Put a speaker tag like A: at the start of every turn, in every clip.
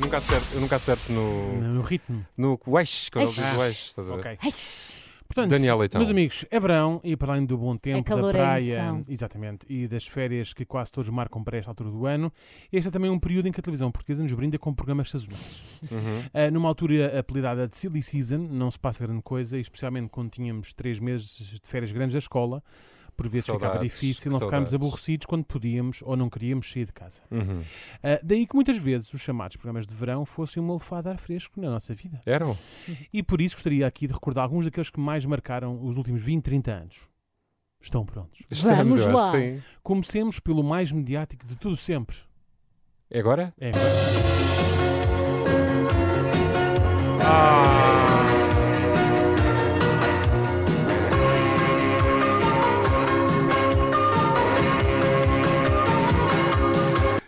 A: nunca acerto, eu nunca acerto no.
B: No ritmo.
A: No Wesh, quando eu digo
B: Ah,
A: Wesh, estás a ver?
B: Ok.
C: Ai,
B: Portanto,
A: É. Daniel então. Leitão.
B: meus amigos, é verão e para além do bom tempo,
C: calor,
B: da
C: é
B: praia,
C: emoção.
B: exatamente, e das férias que quase todos marcam para esta altura do ano, este é também um período em que a televisão portuguesa nos brinda com programas sazonais.
A: Uhum.
B: Ah, numa altura apelidada de Silly Season, não se passa grande coisa, e especialmente quando tínhamos três meses de férias grandes da escola, por vezes ficava
A: Saudades,
B: difícil
A: que
B: não ficarmos
A: saudades.
B: aborrecidos quando podíamos ou não queríamos sair de casa.
A: Uhum.
B: Ah, daí que muitas vezes os chamados programas de verão fossem uma lefada de ar fresco na nossa vida.
A: Eram?
B: E por isso gostaria aqui de recordar alguns daqueles que mais marcaram os últimos 20, 30 anos. Estão prontos.
A: Estamos, eu acho
C: lá.
A: que sim.
B: Comecemos pelo mais mediático de tudo sempre.
A: É agora?
B: É agora.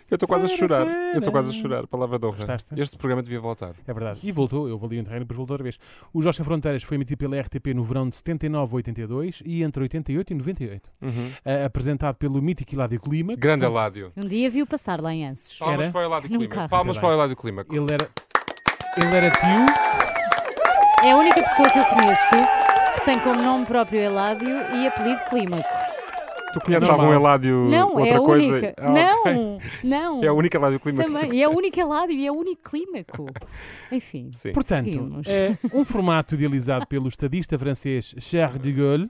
A: Eu estou quase a
B: Fera,
A: chorar.
B: fera.
A: Eu estou quase a chorar. Palavra de honra.
B: Gostaste?
A: Este programa devia voltar.
B: É verdade. E voltou, eu valia um terreno e depois voltou outra vez. O Jorge Sem Fronteiras foi emitido pela RTP no verão de 79 a 82 e entre 88 e 98.
A: Uhum.
B: Ah, apresentado pelo mítico Hiládio Clima.
A: Grande Eládio.
C: Um dia viu passar lá em Anses.
A: Palmas
B: Era?
A: para o Eládio
C: Num
A: Clima.
C: carro.
A: Palmas
B: Tá
A: para o
B: bem.
A: Eládio Clima.
B: Ele era, ele era tio.
C: É a única pessoa que eu conheço que tem como nome próprio Eládio e apelido Clímaco.
A: Tu conheces
B: Normal.
A: algum Eládio?
C: Não,
A: Uh, outra
C: é a
A: coisa?
C: única.
A: Ah, ok.
C: Não, não.
A: É a única Eládio Clima que
C: Também.
A: tu
C: E é o único Eládio e é o único Clímaco. Enfim.
A: Sim.
B: Portanto,
C: Seguimos.
B: é um formato idealizado pelo estadista francês Charles de Gaulle,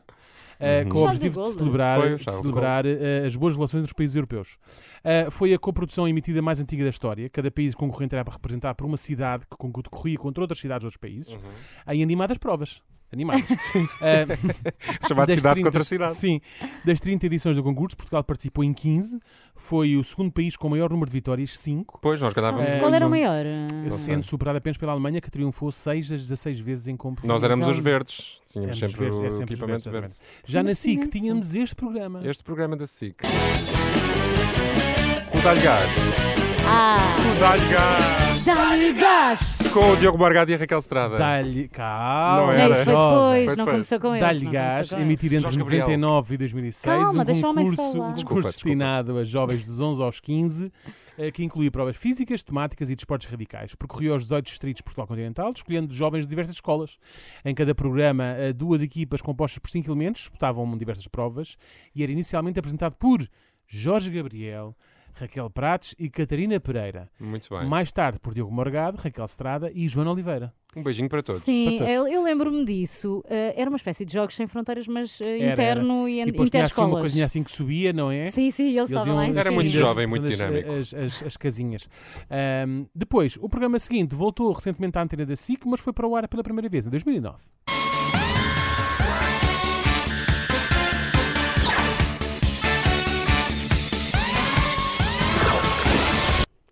B: eh, com o
C: Charles de
B: objetivo
A: Uhum. Foi
B: de
C: Gaulle.
B: celebrar,
A: o
B: de
A: Charles de
B: celebrar eh, as boas relações entre os países europeus. Eh, foi a coprodução emitida mais antiga da história. Cada país concorrente era representado por uma cidade que con- decorria contra outras cidades de outros países,
A: Uhum.
B: em animadas provas. Animadas. Eh,
A: Chamado
B: das
A: cidade
B: 30
A: contra cidade.
B: Sim. Das 30 edições do concurso, Portugal participou em 15. Foi o segundo país com o maior número de vitórias, 5.
A: Pois, nós ganhávamos
B: É,
C: Qual era o
B: não-
C: maior?
A: sei.
B: Sendo superada apenas pela Alemanha, que triunfou 6 das 16 vezes em competição.
A: Nós éramos os
C: Exato.
A: verdes. Tínhamos
B: Éramos
A: sempre
B: verdes,
A: o
B: é sempre os
A: equipamento verde.
B: verdes, exatamente. Já na
C: Mas
B: SIC
C: imenso.
B: tínhamos este programa.
A: Este programa da SIC. O Dá-lhe Gás.
C: Ah,
A: O Dá-lhe Gás.
C: dá-lhe gás!
A: Com o Diogo Margado e a Raquel Estrada.
B: Dá-lhe calma.
A: Não
C: Não,
A: era.
C: isso foi
B: jovem.
A: Foi
C: depois, não
A: depois.
C: começou com eles.
B: Dá-lhe
C: não
B: gás,
C: começou com eles.
B: emitido entre
A: Jorge Gabriel.
B: 99 e 2006,
C: Calma,
B: um
C: deixa o homem
B: concurso,
C: falar.
B: um
A: Desculpa,
B: concurso
A: desculpa.
B: destinado a jovens dos 11 aos 15, eh, que incluía provas físicas, temáticas e desportos radicais. Percorreu os 18 distritos de Portugal Continental, escolhendo jovens de diversas escolas. Em cada programa, eh, duas equipas compostas por cinco elementos disputavam diversas provas e era inicialmente apresentado por Jorge Gabriel, Raquel Prates e Catarina Pereira.
A: Muito bem.
B: Mais tarde, por Diogo Morgado, Raquel Estrada e Joana Oliveira.
A: Um beijinho para todos.
C: Sim,
B: Para
C: eu, eu lembro-me disso. Eh, era uma espécie de jogos sem fronteiras, mas eh,
B: era.
C: interno
B: E
C: e,
B: depois tinha assim uma
C: interescolas.
B: coisinha assim que subia, não é?
C: Sim, sim, eles
B: Eles
C: estavam
B: iam assim
C: lá em
A: Era
C: cima.
A: muito
B: fazendo as-
A: jovem, muito
B: fazendo as-
A: dinâmico.
B: As, as- as casinhas. Ahm, depois, o programa seguinte voltou recentemente à antena da SIC, mas foi para o ar pela primeira vez, em 2009.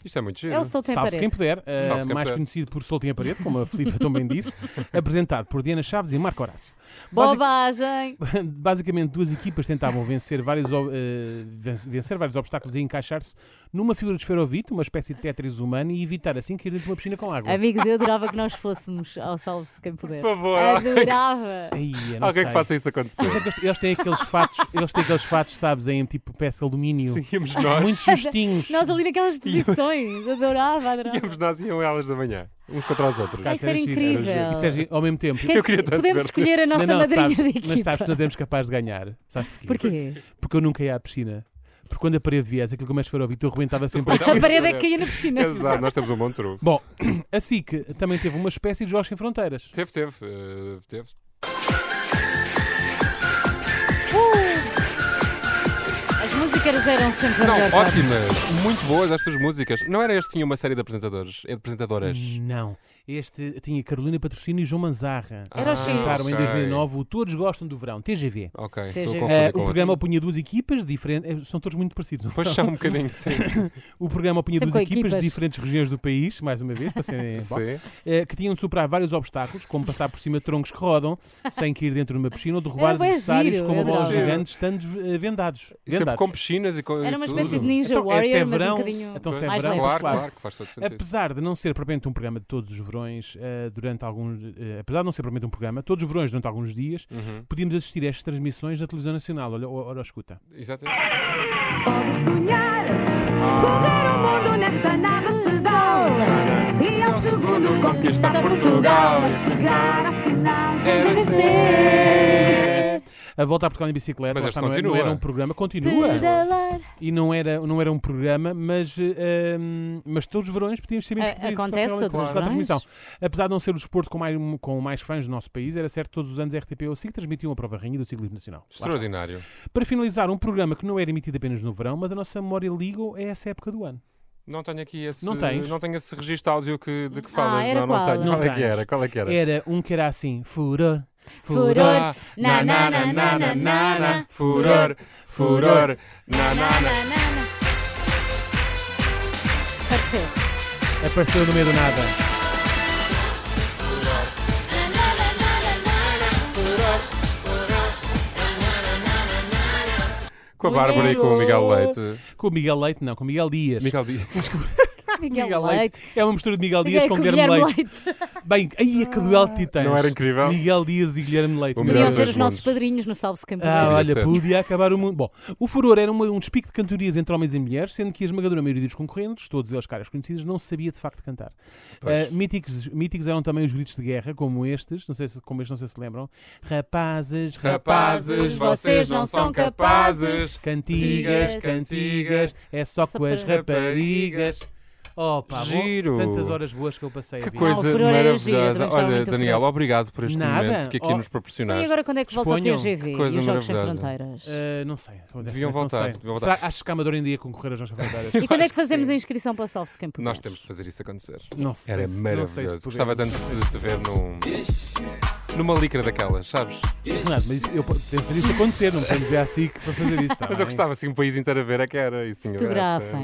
A: Isto é muito giro.
C: É o sol tem
B: Salve-se quem
C: parede.
B: puder, ah,
A: Salve-se quem
B: mais
A: puder.
B: conhecido por Soltem a Parede, como a Filipa também disse, apresentado por Diana Chaves e Marco Horácio. Basic-
C: Bobagem!
B: basicamente, duas equipas tentavam vencer vários, ob- eh, ven- vencer vários obstáculos e encaixar-se numa figura de esferovite, uma espécie de Tetris humana, e evitar assim cair dentro de uma piscina com água.
C: Amigos, eu adorava que nós fôssemos ao Salve-se quem puder.
A: Por favor,
C: Adorava!
B: Ai, eu não
A: alguém
B: sei.
A: que faça isso acontecer.
B: Mas é que eles- Eles têm aqueles fatos, eles têm aqueles fatos, sabes, em tipo peça de alumínio,
A: Sim, íamos nós.
B: muito justinhos.
C: Nós ali naquelas posições, adorava, adorava.
A: íamos nós e iam elas da manhã. Uns contra os outros.
B: Cá,
C: Ai, isso era
B: giro,
C: incrível.
B: giro. Isso era giro, ao mesmo tempo.
C: Quem-
A: Eu queria tanto
C: Podemos
A: ver
C: escolher a nossa
B: não, não,
C: madrinha
B: sabes,
C: da equipa.
B: mas sabes que nós éramos capazes de ganhar. Sabes porquê?
C: Porquê?
B: Porque eu nunca ia à piscina. Porque quando a parede viesse, aquilo que o mestre Farol Vitor rebentava sempre.
C: A parede é que caía na piscina.
A: Exato, nós temos um bom truque.
B: Bom, a SIC também teve uma espécie de Jogos Sem Fronteiras.
A: Teve, teve. eh, teve.
C: As músicas eram sempre a
A: Não,
C: melhor parte.
A: ótimas. Muito boas estas músicas. Não era este que tinha uma série de apresentadores? É de apresentadoras.
B: Não. Este tinha Carolina Patrocínio e João Manzarra.
C: Era o X.
B: Apresentaram em
A: Ah, ok.
B: 2009 o Todos Gostam do Verão, TGV.
A: Ok,
C: TGV.
A: estou a confundir
B: Eh,
A: com
B: o
A: outro.
B: programa opunha duas equipas diferentes. eh, São todos muito parecidos, não
A: Pois
B: são?
A: são um bocadinho, sim.
B: O programa opunha
C: Sempre
B: duas
C: com
B: equipas de
C: equipas.
B: diferentes regiões do país, mais uma vez, para serem bom,
A: sim.
B: eh, que tinham de superar vários obstáculos, como passar por cima de troncos que rodam, sem cair dentro de uma piscina ou derrubar
C: Era bué
B: adversários
C: giro,
B: com uma
C: era
B: bola
A: giro.
B: gigante, estando eh, vendados.
A: E Sempre
B: vendados.
A: com piscinas e com.
C: Era uma
A: e tudo.
C: espécie de Ninja
B: Então,
C: Warrior,
B: esse é
C: mas
B: verão,
C: um bocadinho
B: então, se é
C: mais
B: verão,
C: leve.
A: Claro,
B: claro.
A: claro, que faz todo sentido.
B: Apesar de não ser propriamente um programa de todos os verões, eh, durante alguns, eh, apesar de não ser propriamente um programa, todos os verões durante alguns dias,
A: Uhum.
B: podíamos assistir a estas transmissões na televisão nacional. Olha, ora, ora escuta.
A: Exatamente.
D: Vamos sonhar, correr o mundo nessa nave de vão. E
A: Conquistar
C: Portugal
A: é
C: vencer.
B: A volta a Portugal em bicicleta,
A: Mas
B: lá
A: este
B: está, não, é- não
A: continua.
B: era um programa, continua.
C: Pedalar.
B: E não era, não era um programa, mas, eh, hum, mas todos os verões podíamos ser bem
C: Ah,
B: despedidos,
C: acontece
B: naturalmente,
C: todos os
B: da transmissão.
C: verões.
B: Apesar de não ser o desporto com mais, com mais fãs do nosso país, era certo que todos os anos a RTP ou SIC transmitiam a prova rainha do ciclismo nacional. Lá está.
A: Extraordinário.
B: Para finalizar, um programa que não era emitido apenas no verão, mas a nossa memória liga a essa época do ano.
A: Não tenho aqui esse.
B: Não tens?
A: Não tenho esse registro áudio que, de que falas.
C: Ah, era
A: não, não
C: qual?
A: tenho.
B: Não
A: qual é que
B: tens.
A: era? Qual é que era? Ah,
B: Era um que era assim, furor,
C: Furor.
B: furor.
C: Na, na, na, na, na, na, na.
A: furor, furor, na, na, na.
C: Pareceu.
B: Apareceu no meio do nada.
A: Com a Bárbara e com o Miguel Leite.
B: Com o Miguel Leite, não, com o Miguel Dias.
A: Miguel Dias.
C: Miguel,
B: Miguel
C: Leite.
B: É uma mistura de Miguel Dias
C: É,
B: com Guilherme Leite.
C: Leite.
B: Bem, aí é que duelo de titãs.
A: Não era incrível?
B: Miguel Dias e Guilherme Leite.
A: O melhor
C: Podiam
A: dos
C: ser
A: dois
C: os nossos
A: mundos.
C: padrinhos no Salve-se Campeão.
B: Ah,
A: Podia
B: olha,
A: ser.
B: podia acabar o mundo. Bom, o Furor era uma- um despique de cantorias entre homens e mulheres, sendo que a esmagadora maioria dos concorrentes, todos eles caras conhecidos, não sabia de facto cantar. Ah, míticos, míticos eram também os gritos de guerra, como estes, não sei se, como estes não sei se lembram. Rapazes,
A: Rapazes, vocês não são capazes.
B: cantigas, cantigas, é só
C: Só
B: com as
C: para-
B: raparigas. Oh, pá, bom,
A: Giro.
B: tantas horas boas que eu passei. a
A: Que
B: ver.
A: coisa
C: o furor era giro, eu também
A: maravilhosa.
C: gostava
A: Olha,
C: muito do
A: Daniel,
C: furor.
A: obrigado por este
B: Nada.
A: momento que aqui
B: Oh.
A: nos
C: E
A: proporcionaste.
C: agora quando é que volta o
B: Disponham.
C: TGV e
A: Que Ah, coisa
C: os Jogos Sem
A: maravilhosa.
C: Fronteiras?
B: Ah, não sei. vou
A: Deviam
B: dizer certo, não
A: voltar,
B: sei.
A: deviam voltar.
B: Será que achas que a Amadora ainda ia concorrer às nossas fronteiras?
C: E quando é
A: acho
C: que
A: que
C: fazemos
A: sim.
C: a inscrição para o Salve-se Campeão?
A: Nós temos de fazer isso acontecer.
B: Não sei.
A: Era
B: se- não sei
A: maravilhoso.
B: se
A: Gostava tanto
B: podemos.
A: de te ver num, numa licra daquelas, sabes?
B: Renato, mas isso, eu tenho que fazer isso acontecer, não precisamos ver a SIC para fazer isso. tá
A: Mas eu
B: bem?
A: gostava assim, um país inteiro a ver a que é era. Isso tinha graça.
C: Fotografem.